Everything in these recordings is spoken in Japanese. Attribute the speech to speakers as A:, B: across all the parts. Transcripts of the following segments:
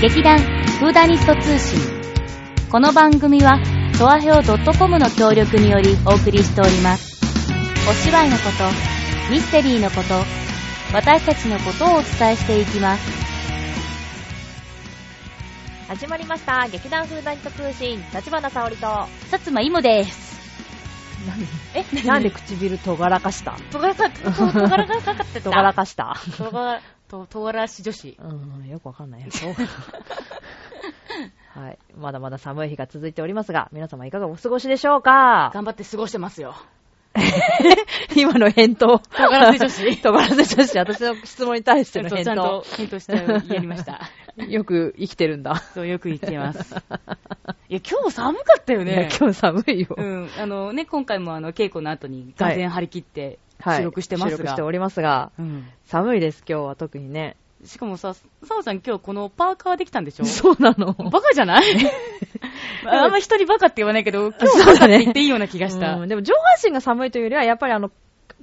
A: 劇団フーダニット通信この番組はソアヘオ .com の協力によりお送りしておりますお芝居のことミステリーのこと私たちのことをお伝えしていきます
B: 始まりました劇団風ナイト通信立花沙織と
A: 薩摩いもです
B: えなんで唇とがらかした
C: とがらか、ととがらかかってた。
B: とがらかした
C: とがと、とがらし女子。
B: うんよくわかんない やつはいまだまだ寒い日が続いておりますが皆様いかがお過ごしでしょうか
C: 頑張って過ごしてますよ。
B: 今の返 答
C: とがらせ女子。
B: とがらせ女 子私の質問に対して
C: ちょっ
B: の
C: と
B: 返
C: ちゃん
B: 答
C: と検討してやりま した。
B: よく生きてるんだ、
C: そう、よく言って ます。いや、今日寒かったよ
B: いや
C: ね。
B: 今日寒いよ、
C: うん。あのね、今回もあの、稽古の後に、完全張り切って、
B: はい
C: 収録してます
B: 収録し
C: が
B: て。おりますが
C: うん。
B: 寒いです今日は特にね
C: しかもさ、サオさん今日このパーカーできたんでしょ
B: そうなの
C: バカじゃない あんま人にバカって言わないけど、今日
B: そうだ
C: って
B: ね
C: 言っていいような気がした。
B: うんでも上半身が寒いというよりは、やっぱりあの、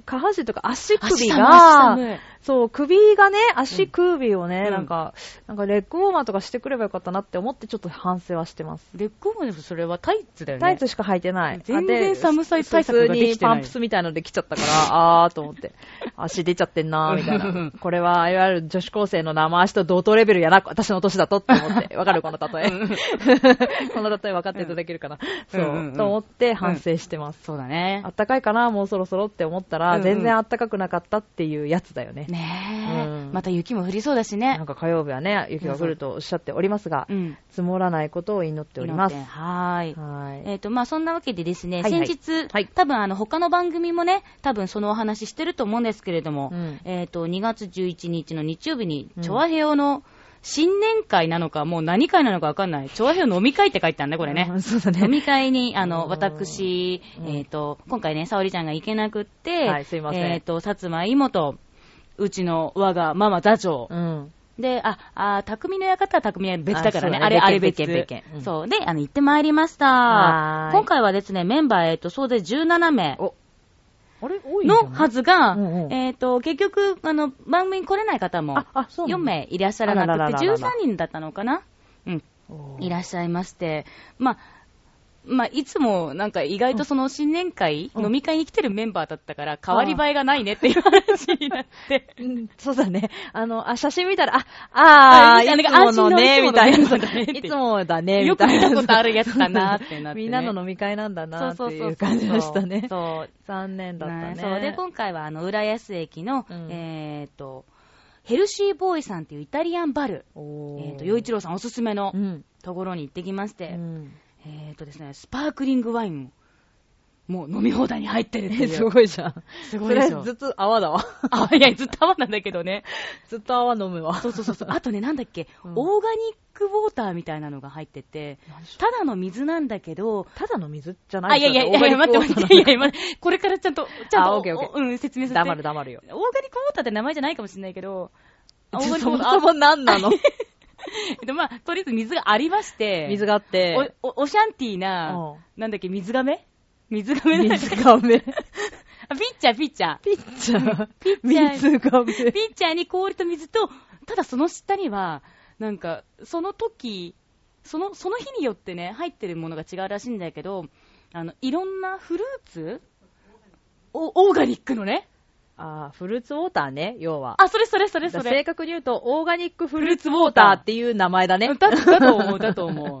B: 下半身とか足首
C: 明日
B: が
C: も明日、も
B: そう、首がね、足首をね、
C: うん
B: なんか、なんかレッグウォーマーとかしてくればよかったなって思ってちょっと反省はしてます。
C: レッグオーバーのそれはタイツだよね。
B: タイツしか履いてない。
C: 全然寒さ対策ができてな
B: 普通に
C: い
B: パンプスみたいので来ちゃったから、 あーと思って。足出ちゃってんなーみたい な。これは、いわゆる女子高生の生足と同等レベルやな、私の年だとって思 って。わかるこの例え。 この例え分かっていただけるかな。そう
C: うんうんう
B: う。
C: ん
B: と思って反省してます。
C: そうだね
B: あ。ったかいかな、もうそろそろって思った
C: うん
B: ら、
C: うん
B: 全然あったかくなかったっていうやつだよね。
C: ねえ、
B: うん
C: また雪も降りそうだし
B: な
C: ね
B: ん。か火曜日はね、雪が降るとおっしゃっておりますが
C: う、ん。
B: 積もらないことを祈っております。
C: 祈
B: は
C: ってはーい。
B: ー
A: え
B: い。
A: っ、と、まあ、そんなわけでですね、
B: はいはい
A: 先日、
B: はい
A: 多分あの、他の番組もね、多分そのお話ししてると思うんですけれども、
B: うん
A: えっ、と、2月11日の日曜日に
B: う、ん
A: チョアヘオの新年会なのか、もう何会なのかわかんない。チョアヘオ飲み会って書いてあるんだ、これね。
B: うんそうだ
A: 飲
B: ね。
A: み会に、あ
B: う
A: の、
B: ん
A: 私、
B: うん
A: えっ、と、今回ね、沙織ちゃんが行けなくって、
B: はいすいません
A: えっ、と、薩摩妹と、うちの我がママ座長、
B: うん。
A: で、あ、あ、匠の館は匠は別だからね。
B: あそうだね
A: あれ、あれ別
B: 別件別件別件うん
A: そう。で、あの、行ってまいりました。
B: はーい
A: 今回はですね、メンバー、えっ、と、総勢17名
B: お、あれ多いんじゃない
A: のはずが、
B: うんうん
A: えっ、と、結局、あの、番組に来れない方も
B: あ、あ、そうな
A: 4
B: の。
A: 名いらっしゃらなくて、
B: あららららら
A: 13人だったのかなうん。
B: おー
A: いらっしゃいまして、まあ、まあ、いつもなんか意外とその新年会、
B: うん
A: 飲み会に来てるメンバーだったから、変わり映えがないねっていう話になって。
B: うんそうだね。あの、あ、写真見たら、あ、あー、
A: あいいじゃん
B: いつものね、みたい
C: 安
B: な
C: 心。のいつものねって
B: いつもだね、
A: よ
B: み
A: く
B: たい
A: 見
B: な。
A: たことあるやつだなっ てなって、ね。
B: みんなの飲み会なんだな、って
A: そうそう
B: い
A: そうう
B: 感じでしたね。
A: そう。
B: 残念だったね。
A: そうで、今回は、あの、浦安駅の、
B: うん
A: えっ、と、ヘルシーボーイさんっていうイタリアンバル、え
B: おー
A: っ、と、洋一郎さんおすすめの
B: うん。
A: ところに行ってきまして、
B: うん
A: えっ、とですね、スパークリングワインも、もう飲み放題に入ってるってい
B: え、
A: う。
B: すごいじゃん。
A: すごいでし
B: そ
A: ょ
B: れずっと泡だわ。
A: あ、 いや、ずっと泡なんだけどね。
B: ずっと泡飲むわ。
A: そうそうそうそう。あとね、なんだっけ、
B: うん
A: オーガニックウォーターみたいなのが入ってて、ただの水なんだけど、
B: ただの水じゃない
A: あ、いやいやいやいや、待って待って、いやいや、待ってこれからちゃんと、ちゃんと、
B: あオッケーオッケー
A: おうん、説明させて。
B: 黙る黙るよ。
A: オーガニックウォーターって名前じゃないかもしれないけ ど、あオーガニック
B: そ
A: ウォ
B: も
A: ーター、
B: そも何なの
A: あでまあ、とりあえず水がありまして、
B: 水があって、
A: お、お、オシャンティーな、なんだっけ、水亀水亀だ
B: 水がめ。
A: あピッチャー、ピッチャー。
B: ピッチャー、
A: ピッチャー
B: 水がめ。
A: ピッチャーに氷と水と、ただその下には、なんか、その時、その、その日によってね、入ってるものが違うらしいんだけど、あの、いろんなフルーツおオーガニックのね。
B: あー、フルーツウォーターね、要は。
A: あ、それそれそれそ
B: だから
A: れ
B: 正。確に言うと、オーガニックフ
A: フ
B: ルー
A: ル
B: ツ
A: ーツウォ
B: ウォーターっていう名前だね。
A: だだと思う、だと思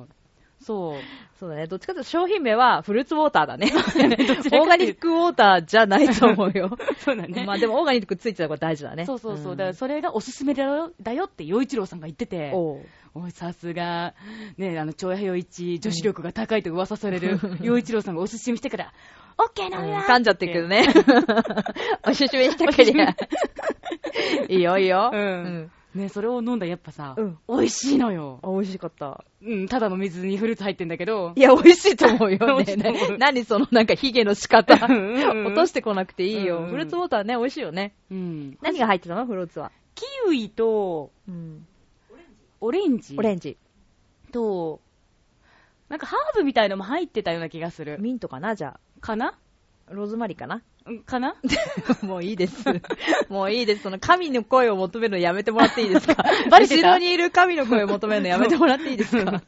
A: う。そう。
B: そうだね。どっちかというと商品名はフルーツウォーターだね。
A: どちらかというと
B: オーガニックウォーターじゃないと思うよ。
A: そうだね。
B: まあでもオーガニックついてたこと大事だね。
A: そうそうそう。
B: ん
A: だからそれがおすすめだよ、だよって、洋一郎さんが言ってて。
B: おう
A: おい、さすが、ね、あの、長平洋一、女子力が高いと噂され る、洋一郎さんがおすすめしてから、オッケーな
B: うん
A: よ
B: 噛んじゃってるけど。 ね。お久しぶりしたけりゃ。 いいよ、いいよ。
A: うん。ね、それを飲んだらやっぱさ、
B: うん
A: 美味しいのよ。
B: あ、美味しかった。
A: うん、ただの水にフルーツ入ってんだけど
B: い、や、美味しいと思うよ
A: 美味し
B: ね。
A: いと思
B: な
A: う
B: 何そのなんかヒゲの仕方。
A: うんうん
B: 落としてこなくていいよ。
A: うんうん
B: フルーツウォーターね、美味しいよね。
A: うん。
B: 何が入ってたのフルーツは。
A: キウイと、
B: うん。
A: オレンジ
B: オレンジ。
A: と、なんかハーブみたいのも入ってたような気がする。
B: ミントかなじゃ
A: かな
B: あ。ローズマリーかな
A: かな
B: もういいです。 もういいです。その神の声を求めるのやめてもらっていいです か
A: バレてた
B: 後ろにいる神の声を求めるのやめてもらっていいですか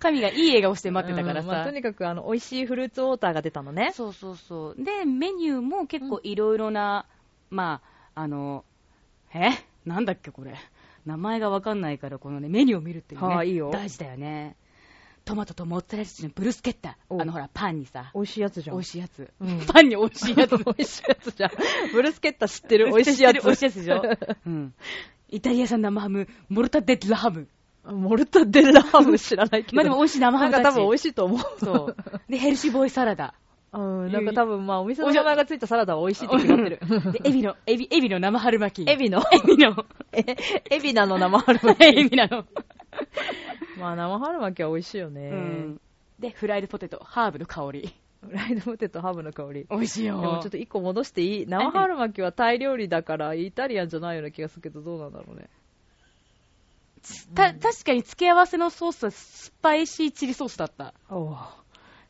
A: 神がいい笑顔して 待ってたから
B: うんまあ
A: さ
B: と。にかく、あの、美味しいフルーツウォーターが出たのね。
A: そうそうそう。で、メニューも結構いろいろな、まあ、あの、えなんだっけこれ。名前がわかんないから、このね、メニューを見るっていうね。
B: はあいいよ
A: 大事だよね。トマトとモッツァレラチーズのブルスケッタ。
B: お
A: あのほら、パンにさ、
B: 美味しいやつじゃん。
A: 美味しいやつ。
B: うん
A: パンに美味しいや つ。
B: 美味しいやつじゃん。ブルスケッタ知ってる美味しいやつ。
A: 美味しいやつでしょ うん。イタリア産生ハム、モルタデッラ ハム。
B: モルタデラハム知らないけど。
A: まあでも美味しい生ハム
B: な
A: た
B: ん
A: ち。
B: か多分美味
A: しい。
B: しいと思う。
A: そう。で、ヘルシーボーイサラダ。
B: うん、なんか多分まあお店の名前がついたサラダは美味しいって決まってる。
A: で、エビの、エビ、エビの生春 巻き。
B: エビの
A: エビの。
B: え、エビなの生春巻き。
A: エビなの。
B: まあ生春巻きは美味しいよね。
A: うんで、フライドポテト、ハーブの香り。
B: フライドポテトハムの香り。
A: 美味しい
B: で
A: よ。
B: もちょっと一個戻していい生春巻きはタイ料理だからイタリアンじゃないような気がするけどどうなんだろうね。
A: た、確かに付け合わせのソースはスパイシーチリソースだった。
B: おう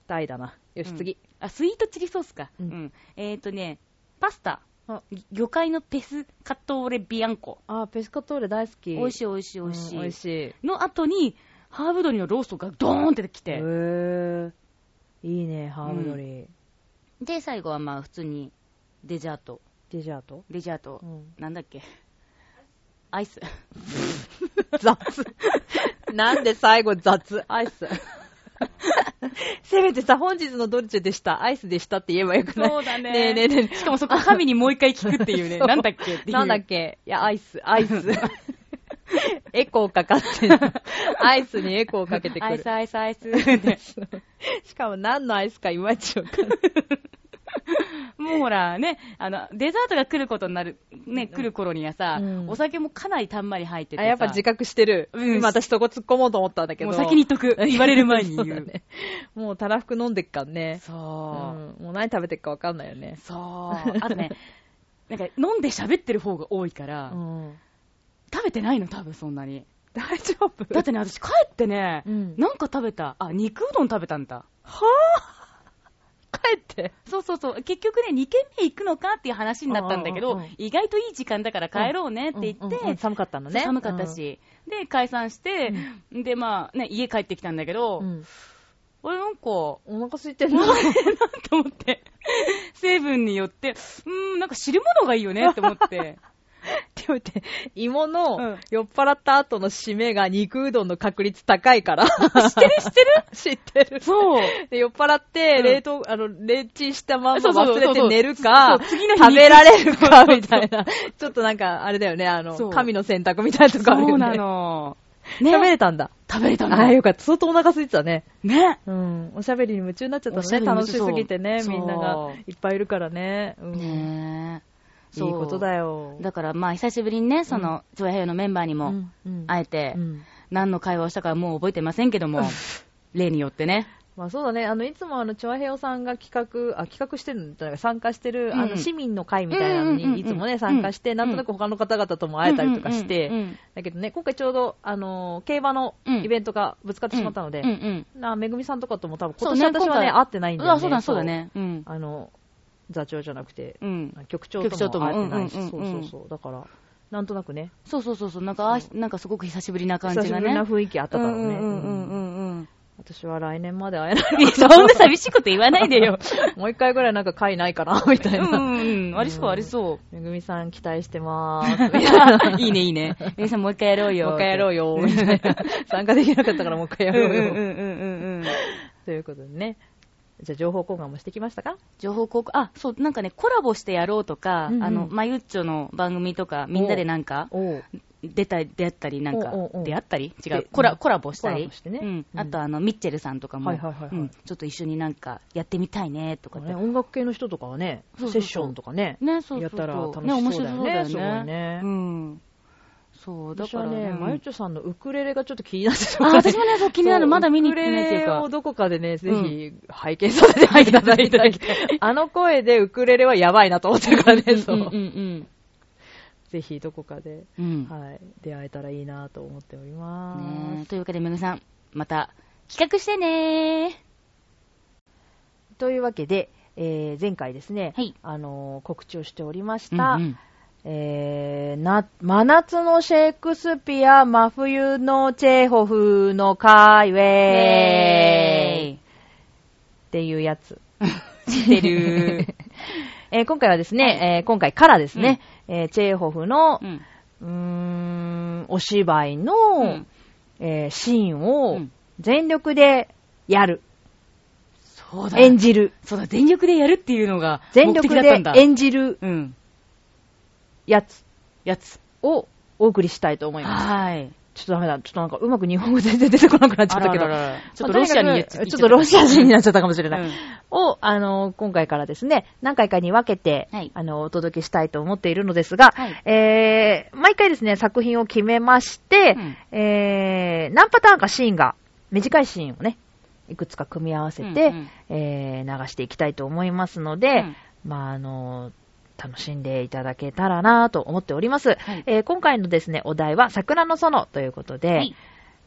B: タイだな。よし、次。
A: あ、スイートチリソースか。
B: う
A: うんん。えっとね、パスタ
B: あ。
A: 魚介のペスカトーレビアンコ。
B: あー、ペスカトーレ大好き。
A: 美味しい美味しい美味
B: うん美味
A: し
B: しい。へ
A: い。の後に、ハーブ鶏のローストがドーンってきて、
B: ー。いいね、ハーブドリー。
A: で、最後はまあ普通にデザート。
B: デジャート
A: デザート
B: う。ん。
A: なんだっけアイス。
B: 雑。なんで最後雑。アイス。せめてさ、本日のドルチェでした、アイスでしたって言えばよくない
A: そうだ ね
B: ねえねえねえ。
A: しかもそこ 神にもう一回聞くっていう ね、
B: そう
A: なんだっけっていう。
B: なんだっけいや、アイ ス、アイス。エコーかかってる。アイスにエコーかけてく
A: アイス
B: る。
A: アイスア イスって。
B: しかも何のアイスかいまいちわかんない。
A: もうほらね、あの、デザートが来ることになる、ね、来る頃にはさ、
B: うん
A: お酒もかなりたんまり入って
B: あ、
A: てさ。
B: やっぱ自覚してる。
A: うん
B: 今私そこ突っ込もうと思ったんだけど。
A: もう先に言っと く。言われる前に言。
B: そうだねもうたらふく飲んでっからね。うん
A: そう。
B: もう何食べてっかわかんないよね。
A: そう。 あとね、なんか飲んで喋ってる方が多いから、
B: うん
A: 食べてないの多分そんなに。
B: 大丈夫
A: だってね、私帰ってね、
B: うん
A: なんか食べた。あ、肉うどん食べたんだ。
B: 帰って。
A: そうそうそう。結局ね、2軒目行くのかっていう話になったんだけ
B: うん
A: ど
B: うんうん、
A: 意外といい時間だから帰ろうねって言って、
B: うんうんうん寒かったの
A: そ
B: ね。
A: う寒かったし、で解散して、でまあね家帰ってきたんだけど、
B: うん。うん
A: 俺なんかお
B: お腹空いてん
A: 腹
B: の
A: なんと思って成分によってうーんなんか汁物がいいよねって思って
B: って言って、芋
A: う
B: の
A: ん
B: 酔っ払った後の締めが肉うどんの確率高い から。知ってる
A: 知ってる
B: 知ってる。
A: そう
B: で酔っ払って、
A: うん
B: 冷凍、あの、冷鎮したまんま
A: そうそうそう
B: 忘れて寝るか、
A: そうそう次の日
B: 食べられるか、みたいな。ちょっとなんか、あれだよね、あ
A: そ
B: の、
A: う
B: 神の選択みたいなとこあるよね。
A: そうなの、ね、
B: 食べれたんだ。
A: 食べれた
B: ああ、
A: の
B: よかった。相当お腹空いてたね。
A: ね
B: うん。おしゃべりに夢中になっちゃった
A: おしゃ
B: の
A: べ
B: ね。
A: りに
B: 楽
A: 夢中
B: しすぎてね、
A: そう
B: みんながいっぱいいるからね。うん。
A: ね
B: いいことだ
A: よ
B: よ。
A: だからまあ久しぶりにねその長平のメンバーに
B: う
A: も
B: んうん
A: 会えて、
B: うん
A: 何の会話をしたかはもう覚えてませんけども例によってね
B: まあそうだね、あのいつもあのチョアヘヨさんが企画、あ企画してるんじゃないか、参加してる、
A: うん
B: あの市民の会みたいなの
A: うんうんうんう
B: に、
A: ん
B: いつもね、参加して、
A: うん
B: なんとなく他の方々とも会えたりとかして、
A: うんうんうんうん
B: だけどね、今回ちょうど、あのー競馬の
A: うん
B: イベントがぶつかってしまったので、
A: うんうん
B: なあめぐみさんとかとも多分、
A: そ
B: 今
A: う
B: 年私
A: ね
B: はね、
A: 今回
B: 会ってないんだ
A: う
B: よ
A: わ、
B: ね。
A: そうだ、そうだね。うん。
B: そう。あの、座長じゃなくて、
A: うん。
B: 局長とも会ってないし、
A: 局長と
B: そ
A: も
B: う
A: うんうん
B: そ
A: うんうん
B: うそう、だから、なんとなくね、
A: そうそうそうそう、なんか、あなんかすごく久しぶりな感
B: 久
A: じ
B: し
A: が
B: ぶ
A: ね。
B: りな雰囲気あった
A: う
B: から
A: んう
B: ね。
A: んうん
B: うん
A: うんうん。
B: 私は来年まで会えない
A: いやそんな寂しいこと言わないでよ。
B: もう一回ぐらいなんか会ないかな、 みた
A: う
B: いな。
A: んうんうん。ありそう、あり そ
B: めぐみさん期待してま ーす。
A: う。いいね、いいね。皆さんもう一回やろうよ。
B: もう一回やろうよ、みたいな。 参加できなかったからもう一回や
A: うん
B: ろ
A: うん
B: う
A: う
B: よ。
A: んうんうん。
B: ということでね。じゃあ情報交換もしてきましたか
A: 情報広告、あ、そう、なんかね、コラボしてやろうとか、
B: うんうん
A: あの、まゆっちょの番組とか、みんなでなんか、
B: おう。
A: 出た、出会ったり、なんか
B: おうおうおう、
A: 出会ったり違
B: で
A: う、コ
B: う
A: ラ、
B: ん
A: コラボし
B: コ
A: た
B: ラ
A: り
B: ボしてね
A: うん
B: うん
A: あと、あの、ミッチェルさんとかも、
B: はいはいはいはい
A: うんちょっと一緒になんか、やってみたいね、とかって
B: ね、音楽系の人とかはね、
A: そうそうそう
B: セッションとかね、
A: ね、そうそ
B: や
A: う
B: っ
A: そう
B: たら楽しそうだよね。
A: ね面白
B: す
A: そう
B: ご
A: だよ
B: い
A: ね。
B: ね。
A: うん。そう、だ
B: 私
A: か
B: は
A: ら
B: ね、まゆちょさんのウクレレがちょっと気になってし
A: あ、
B: まって
A: 私もね、そう気になる。まだ見に行ってないっていう
B: ウクレレを
A: か。
B: どこかでね、ぜ
A: う
B: ひ拝 見させていただいて、 あの声でウクレレはやばいなと思ってるからね、そうう。
A: んうん
B: ぜひどこかで、
A: うん。うん。
B: はい、出会えたらいいなと思っております。
A: ねというわけで、めぐさん、また、企画してね
B: というわけで、えー前回ですね、
A: はい
B: あのー告知をしておりまし
A: うん
B: た、
A: うん
B: えーな真夏のシェイクスピア、真冬のチェーホフの会ウェーイ
A: イェーイ
B: っていうやつ。
A: 知って る。
B: えー今回はですね、えー今回からですね、えーチェーホフの
A: う、ん
B: うーん、お芝居の、
A: うん
B: えーシーン
A: う
B: を
A: ん
B: 全力でやる、
A: そうだ。
B: 演じる、
A: そうだ、全力でやるっていうのが
B: 全
A: 目
B: 力
A: 的だった
B: で
A: んだ。
B: 演じる
A: うん。
B: やつ
A: やつ。
B: をお送りしたいと思います。
A: はい。
B: ちょっとダメだ。ちょっとなんかうまく日本語全然出てこなくなっちゃったけど。
A: あらららら
B: まあ
A: ちょっとロシアに言っ
B: と
A: ち
B: に
A: ゃ
B: かくちょっとロシア人になっちゃったかもし れない。
A: うん
B: を、あの、今回からですね、何回かに分けて、
A: はい
B: あの、お届けしたいと思っているのですが、
A: はい
B: えー、毎回ですね、作品を決めまして、えー、何パターンかシーンが、短いシーンをね、いくつか組み合わせて、
A: うん
B: えー、流していきたいと思いますので、
A: うん
B: まあ、あの、楽しんでいただけたらなと思っております、
A: はい
B: えー今回のですね、お題は桜の園ということで、
A: はい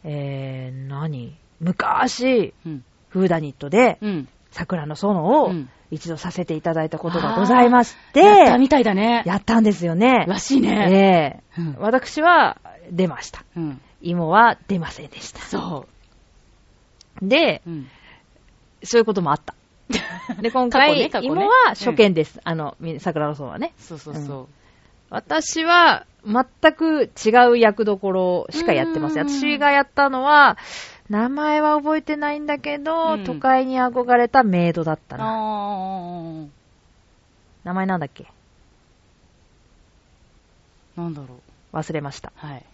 B: えー、何昔、
A: うん。
B: フーダニットで
A: うん。
B: 桜の園を
A: うん
B: 一度させていただいたことがございまして、
A: やったみたいだね。
B: やったんですよね。
A: らしいね。
B: ええ
A: うん
B: 私は出ました。
A: うん。
B: 芋は出ませんでした。
A: そ
B: で、
A: う。うん。
B: そういうこともあった。 で、今
A: 過去
B: 回、
A: ね過去ね
B: 芋は初見です。あの、み桜の園はね。
A: そうそうそ
B: 私は全く違う役どころしかやってません。
A: うん
B: 私がやったのは、名前は覚えてないんだけど、
A: うん
B: 都会に憧れたメイドだっ
A: う。
B: たな。
A: あー。
B: 名前なんだっけ
A: なんだろう。
B: 忘れました。
A: はい。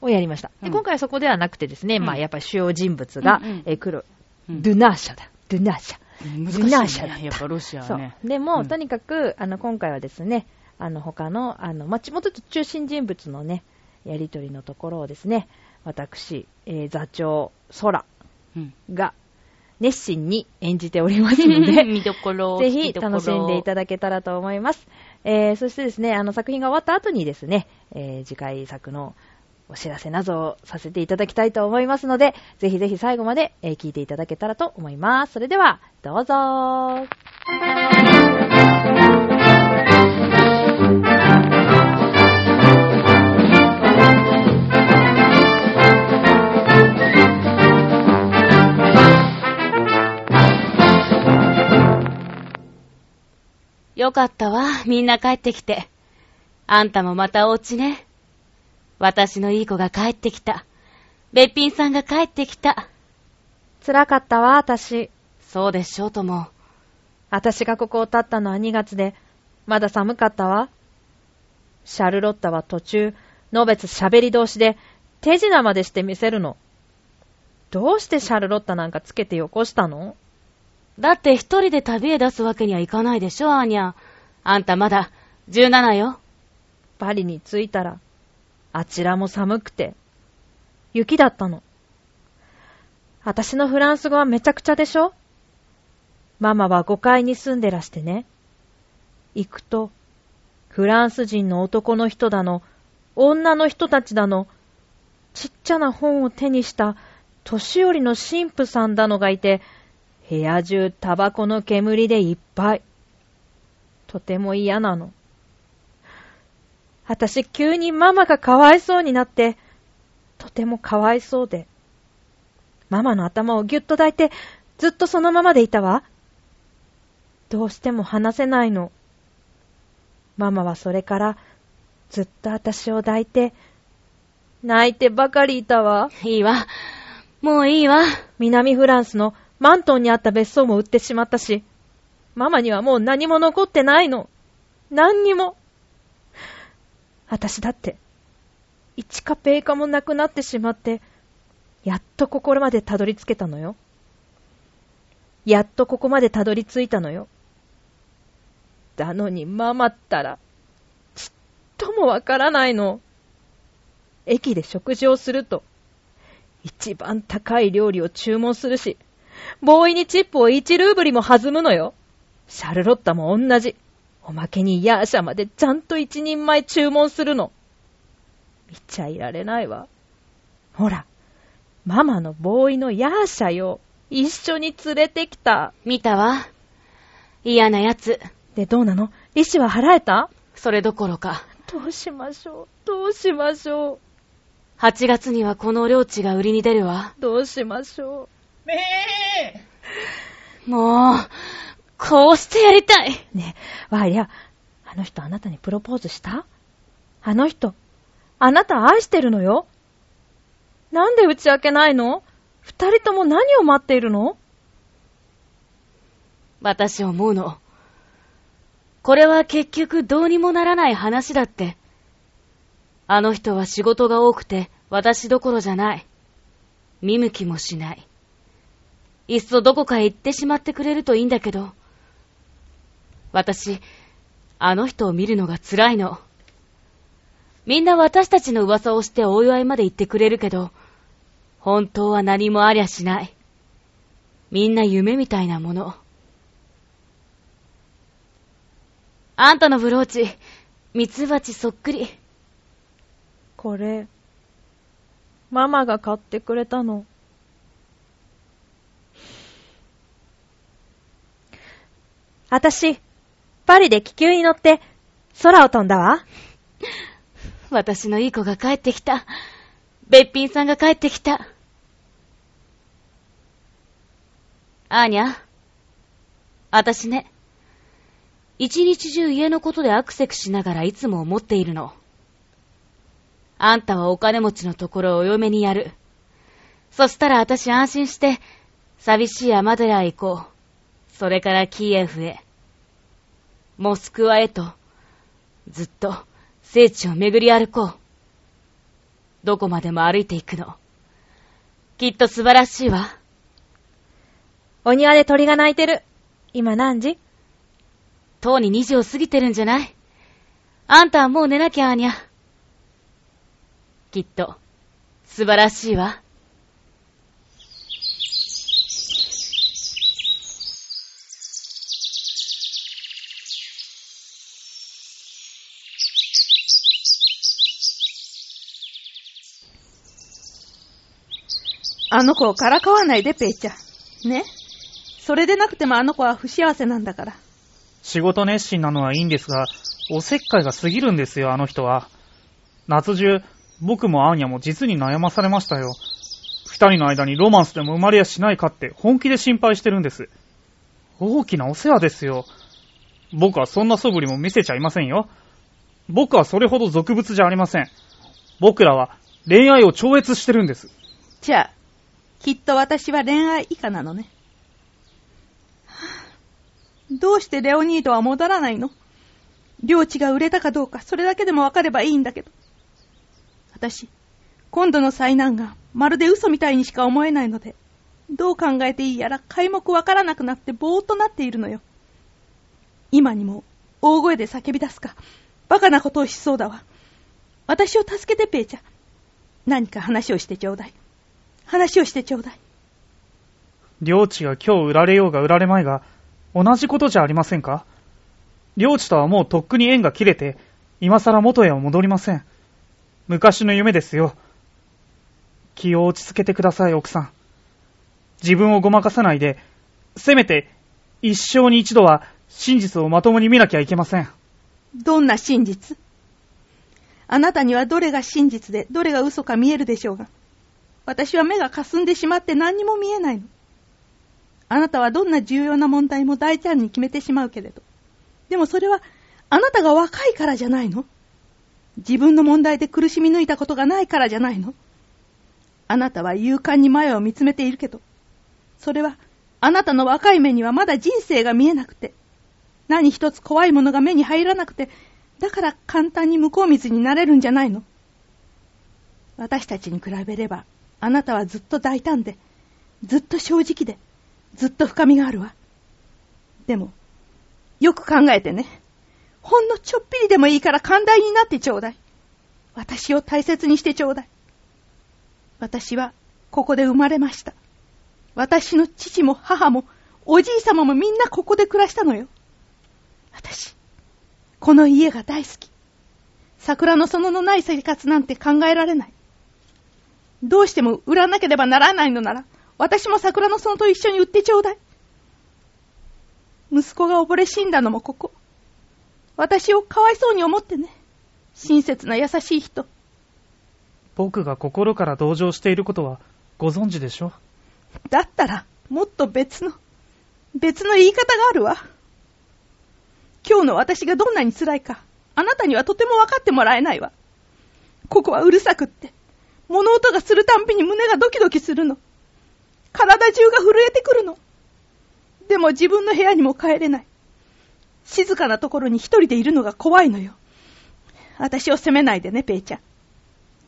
B: をやりました。で
A: うん
B: 今回はそこではなくてですね、
A: うん
B: まあやっぱり主要人物が、
A: うんうん
B: えー黒、
A: うん
B: ドゥナーシャだ。ドゥナーシャ。
A: 難
B: ジュナーシ
A: し
B: ャ
A: い
B: だった
A: ね。やっぱロシア
B: そ
A: はね。
B: う。でも、
A: うん
B: とにかく、あの、今回はですね、あの、他の、あの、まあ、もうちょっと中心人物のね、やりとりのところをですね、私、えー座長、空
A: うん。
B: が熱心に演じておりますの で、
A: 見どころ
B: ぜひ楽しんでいただけたらと思います。えーそしてですね、あの作品が終わった後にですね、えー次回作のお知らせなどをさせていただきたいと思いますので、ぜひぜひ最後まで、えー聞いていただけたらと思います。それでは、どうぞ
C: よかったわ、みんな帰ってきて。あんたもまたお家ね。私のいい子が帰ってきた。べっぴんさんが帰ってきた。
B: 辛かったわ、私。
C: そうでしょうとも。
B: 私がここを立ったのは2月で、まだ寒かったわ。シャルロッタは途中、のべつ喋り通しで、手品までして見せるの。どうしてシャルロッタなんかつけてよこしたの
C: だって一人で旅へ出すわけにはいかないでしょ、アーニャ。あんたまだ、17よ。
B: パリに着いたら、あちらも寒くて、雪だったの。私のフランス語はめちゃくちゃでしょママは5階に住んでらしてね。行くと、フランス人の男の人だの、女の人たちだの、ちっちゃな本を手にした年寄りの神父さんだのがいて、部屋中タバコの煙でいっぱい。とても嫌なの。私急にママがかわいそうになって、とてもかわいそうで。ママの頭をぎゅっと抱いて、ずっとそのままでいたわ。どうしても話せないの。ママはそれから、ずっと私を抱いて、泣いてばかりいたわ。
C: いいわ。もういいわ。
B: 南フランスのマントンにあった別荘も売ってしまったし、ママにはもう何も残ってないの。何にも。私だって、一かペイかもなくなってしまって、やっとここまでたどり着けたのよ。やっとここまでたどり着いたのよ。だのにママったら、ちっともわからないの。駅で食事をすると、一番高い料理を注文するし、ボーイにチップを1ルーブリも弾むのよ。シャルロッタも同じ。おまけにヤーシャまでちゃんと一人前注文するの。見ちゃいられないわ。ほら、ママのボーイのヤーシャよ。一緒に連れてきた。
C: 見たわ。
A: 嫌なやつ。
B: で、どうなの利子は払えた
A: それどころか、
B: どうしましょう。どうしましょ
A: 8月にはこの領地が売りに出るわ。
B: う。どうしましょ
A: もう、こうしてやりたい。
B: う。ねえ、わりゃ、あの人あなたにプロポーズしたあの人、あなた愛してるのよ。なんで打ち明けないの二人とも何を待っているの
A: 私思うの。これは結局どうにもならない話だって。あの人は仕事が多くて私どころじゃない。見向きもしない。いっそどこかへ行ってしまってくれるといいんだけど。私、あの人を見るのが辛いの。みんな私たちの噂をしてお祝いまで言ってくれるけど、本当は何もありゃしない。みんな夢みたいなもの。あんたのブローチ、ミツバチそっくり。
B: これ、ママが買ってくれたの。あたし、パリで気球に乗って、空を飛んだわ。
A: 私のいい子が帰ってきた。べっぴんさんが帰ってきた。あーにゃ、あたしね、一日中家のことでアクセクしながらいつも思っているの。あんたはお金持ちのところをお嫁にやる。そしたらあたし安心して、寂しい山寺へ行こう。それからキエフへ。モスクワへと、ずっと聖地を巡り歩こう。どこまでも歩いていくの。きっと素晴らしいわ。
B: お庭で鳥が鳴いてる。今何時
A: とうに2時を過ぎてるんじゃないあんたはもう寝なきゃあにゃ。きっと、素晴らしいわ。
D: あの子をからかわないで、ペイちゃん。ね。それでなくてもあの子は不幸せなんだから。
E: 仕事熱心なのはいいんですが、おせっかいが過ぎるんですよ、あの人は。夏中、僕もアーニャも実に悩まされましたよ。二人の間にロマンスでも生まれやしないかって本気で心配してるんです。大きなお世話ですよ。僕はそんな素振りも見せちゃいませんよ。僕はそれほど俗物じゃありません。僕らは恋愛を超越してるんです。
D: じゃあ、きっと私は恋愛以下なのね。はあどうしてレオニードは戻らないの領地が売れたかどうか、それだけでもわかればいいんだけど。私、今度の災難がまるで嘘みたいにしか思えないので、どう考えていいやら皆目わからなくなってぼーっとなっているのよ。今にも大声で叫び出すか、バカなことをしそうだわ。私を助けて、ペイちゃん。何か話をしてちょうだい。話をしてちょうだい。
E: 領地が今日売られようが売られまいが、同じことじゃありませんか領地とはもうとっくに縁が切れて、今更元へは戻りません。昔の夢ですよ。気を落ち着けてください、奥さん。自分をごまかさないで、せめて、一生に一度は真実をまともに見なきゃいけません。
D: どんな真実あなたにはどれが真実でどれが嘘か見えるでしょうが、私は目がかすんでしまって何にも見えないの。あなたはどんな重要な問題も大胆に決めてしまうけれど。でもそれはあなたが若いからじゃないの自分の問題で苦しみ抜いたことがないからじゃないのあなたは勇敢に前を見つめているけど、それはあなたの若い目にはまだ人生が見えなくて、何一つ怖いものが目に入らなくて、だから簡単に向こう水になれるんじゃないの私たちに比べれば、あなたはずっと大胆で、ずっと正直で、ずっと深みがあるわ。でも、よく考えてね。ほんのちょっぴりでもいいから寛大になってちょうだい。私を大切にしてちょうだい。私は、ここで生まれました。私の父も母も、おじい様もみんなここで暮らしたのよ。私、この家が大好き。桜の園のない生活なんて考えられない。どうしても売らなければならないのなら、私も桜の園と一緒に売ってちょうだい。息子が溺れ死んだのもここ。私をかわいそうに思ってね。親切な優しい人。
E: 僕が心から同情していることはご存知でしょ
D: だったら、もっと別の、別の言い方があるわ。今日の私がどんなに辛いか、あなたにはとても分かってもらえないわ。ここはうるさくって、物音がするたんびに胸がドキドキするの。体中が震えてくるの。でも自分の部屋にも帰れない。静かなところに一人でいるのが怖いのよ。私を責めないでね、ペイちゃん。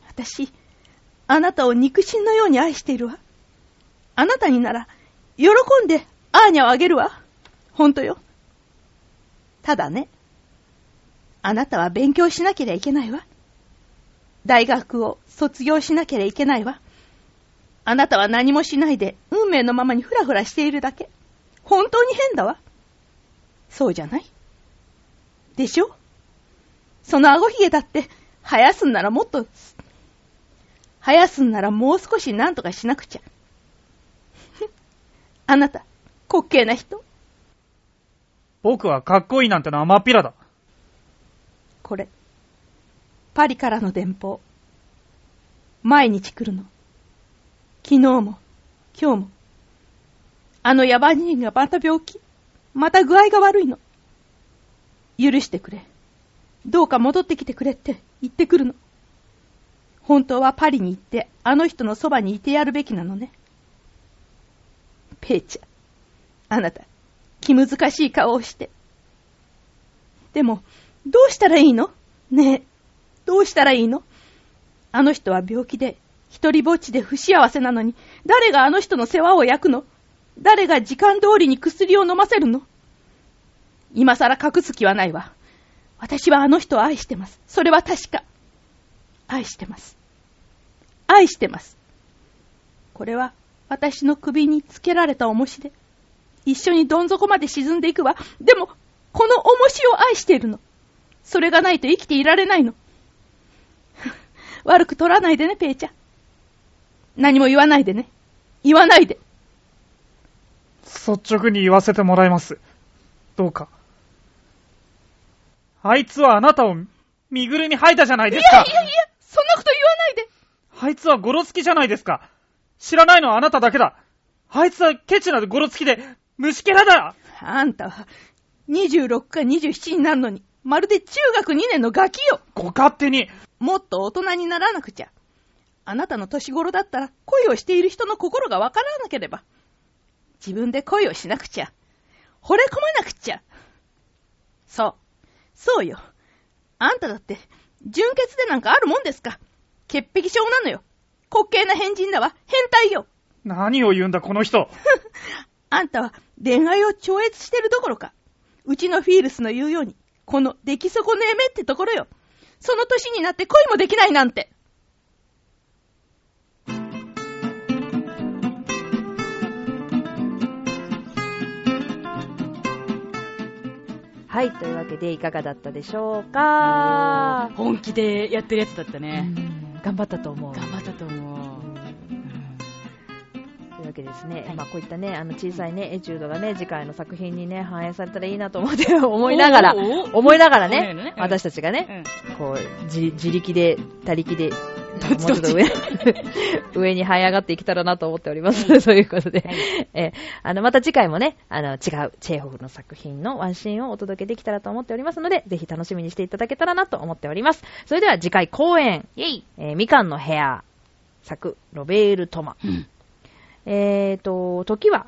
D: 私、あなたを肉親のように愛しているわ。あなたになら、喜んで、アーニャをあげるわ。ほんとよ。ただね、あなたは勉強しなければいけないわ。大学を卒業しなければいけないわ。あなたは何もしないで、運命のままにふらふらしているだけ。本当に変だわ。そうじゃないでしょその顎ひげだって、生やすんならもっと、生やすんならもう少しなんとかしなくちゃ。あなた、滑稽な人
E: 僕はかっこいいなんてのはまっぴらだ。
D: これ。パリからの電報。毎日来るの。昨日も、今日も。あの野蛮人がまた病気。また具合が悪いの。許してくれ。どうか戻ってきてくれって言ってくるの。本当はパリに行って、あの人のそばにいてやるべきなのね。ペイちゃん、あなた、気難しい顔をして。でも、どうしたらいいのねえ、どうしたらいいのあの人は病気で、一人ぼっちで不幸せなのに、誰があの人の世話を焼くの誰が時間通りに薬を飲ませるの今さら隠す気はないわ。私はあの人を愛してます。それは確か。愛してます。愛してます。これは私の首につけられた重しで、一緒にどん底まで沈んでいくわ。でも、この重しを愛しているの。それがないと生きていられないの。 悪く取らないでね、ペイちゃん。何も言わないでね。言わないで。
E: 率直に言わせてもらいます。どうか。あいつはあなたを身ぐるみ吐いたじゃないですか
D: いやいやいや、そんなこと言わないで。
E: あいつはゴロつきじゃないですか知らないのはあなただけだあいつはケチなゴロつきで、虫けらだ
D: あんたは、26か27になるのに、まるで中学2年のガキよ。
E: ご勝手に
D: もっと大人にならなくちゃ。あなたの年頃だったら恋をしている人の心がわからなければ。自分で恋をしなくちゃ。惚れ込まなくちゃ。そう。そうよ。あんただって、純潔でなんかあるもんですか。潔癖症なのよ。滑稽な変人だわ。変態よ。
E: 何を言うんだこの人
D: あんたは恋愛を超越してるどころか。うちのフィールスの言うように、この出来損ねめってところよ。その年になって恋もできないなんて。
B: はい、というわけでいかがだったでしょうか
A: 本気でやってるやつだったね。
B: うん頑張ったと思う。
A: 頑張ったと思う。
B: というわけですね、
A: はい
B: まあこういったね、あの小さいね、エチュードがね、次回の作品にね、反映されたらいいなと思って思いながら、
A: おー
B: 思いながら
A: そうだよね
B: ね、
A: うん
B: 私たちがね、
A: うん
B: こう、自自力で、他力で、
A: っち
B: もうちょっと上、 上に這い上がっていけたらなと思っております。そういうことで、えーあの、また次回もね、あの、違う、チェーホフの作品のワンシーンをお届けできたらと思っておりますので、ぜひ楽しみにしていただけたらなと思っております。それでは次回公演、
A: イェイ
B: えーみかんの部屋、作、ロベール・トマ。
A: うん
B: えーと、時は、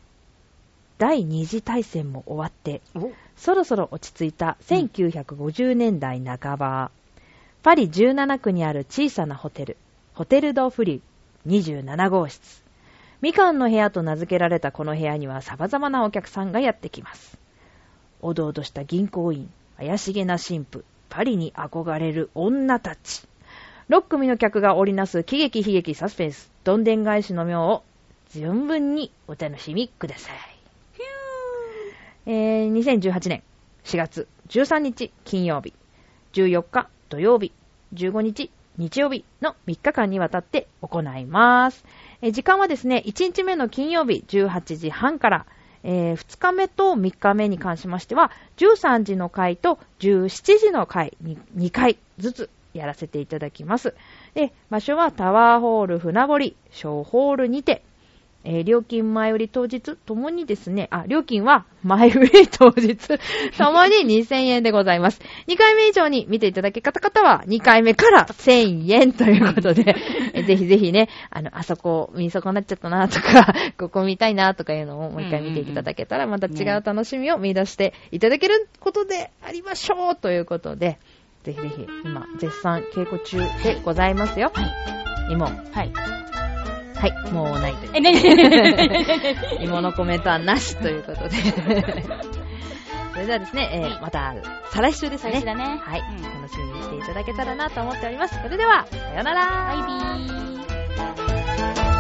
B: 第二次大戦も終わって、そろそろ落ち着いた1950年代半ば、パリ17区にある小さなホテル、ホテル・ド・フリュ27号室。みかんの部屋と名付けられたこの部屋には様々なお客さんがやってきます。おどおどした銀行員、怪しげな神父、パリに憧れる女たち。6組の客が織りなす喜劇悲劇サスペンス、どんでん返しの妙を存分にお楽しみください。えー2018年4月13日金曜日、14日土曜日、15日日曜日の3日間にわたって行います。えー時間はですね、1日目の金曜日18時半から、え2日目と3日目に関しましては、13時の回と17時の回に2回ずつやらせていただきます。で、場所はタワーホール船堀、小ホールにて、えー料金前売り当日ともにですね、あ、料金は前売り当日 ともに2000円でございます。2回目以上に見ていただけた方は2回目から1000円ということ で、えーぜひぜひね、あの、あそこ見損なっちゃったなとか、 ここ見たいなとかいうのをもう一回見ていただけたら、また違う楽しみを見出していただけることでありましょうということで、ぜひぜひ今絶賛稽古中でございますよ。はい。芋。
A: はい。
B: はい、もうないという
A: え、ねねねねね
B: 芋のコメントはなしということで。 それではですね、えーまた、再来週です
A: 最初
B: ね。
A: だね。
B: はい、
A: うん
B: 楽しみにしていただけたらなと思っております。それでは、さようなら。
A: バイビー。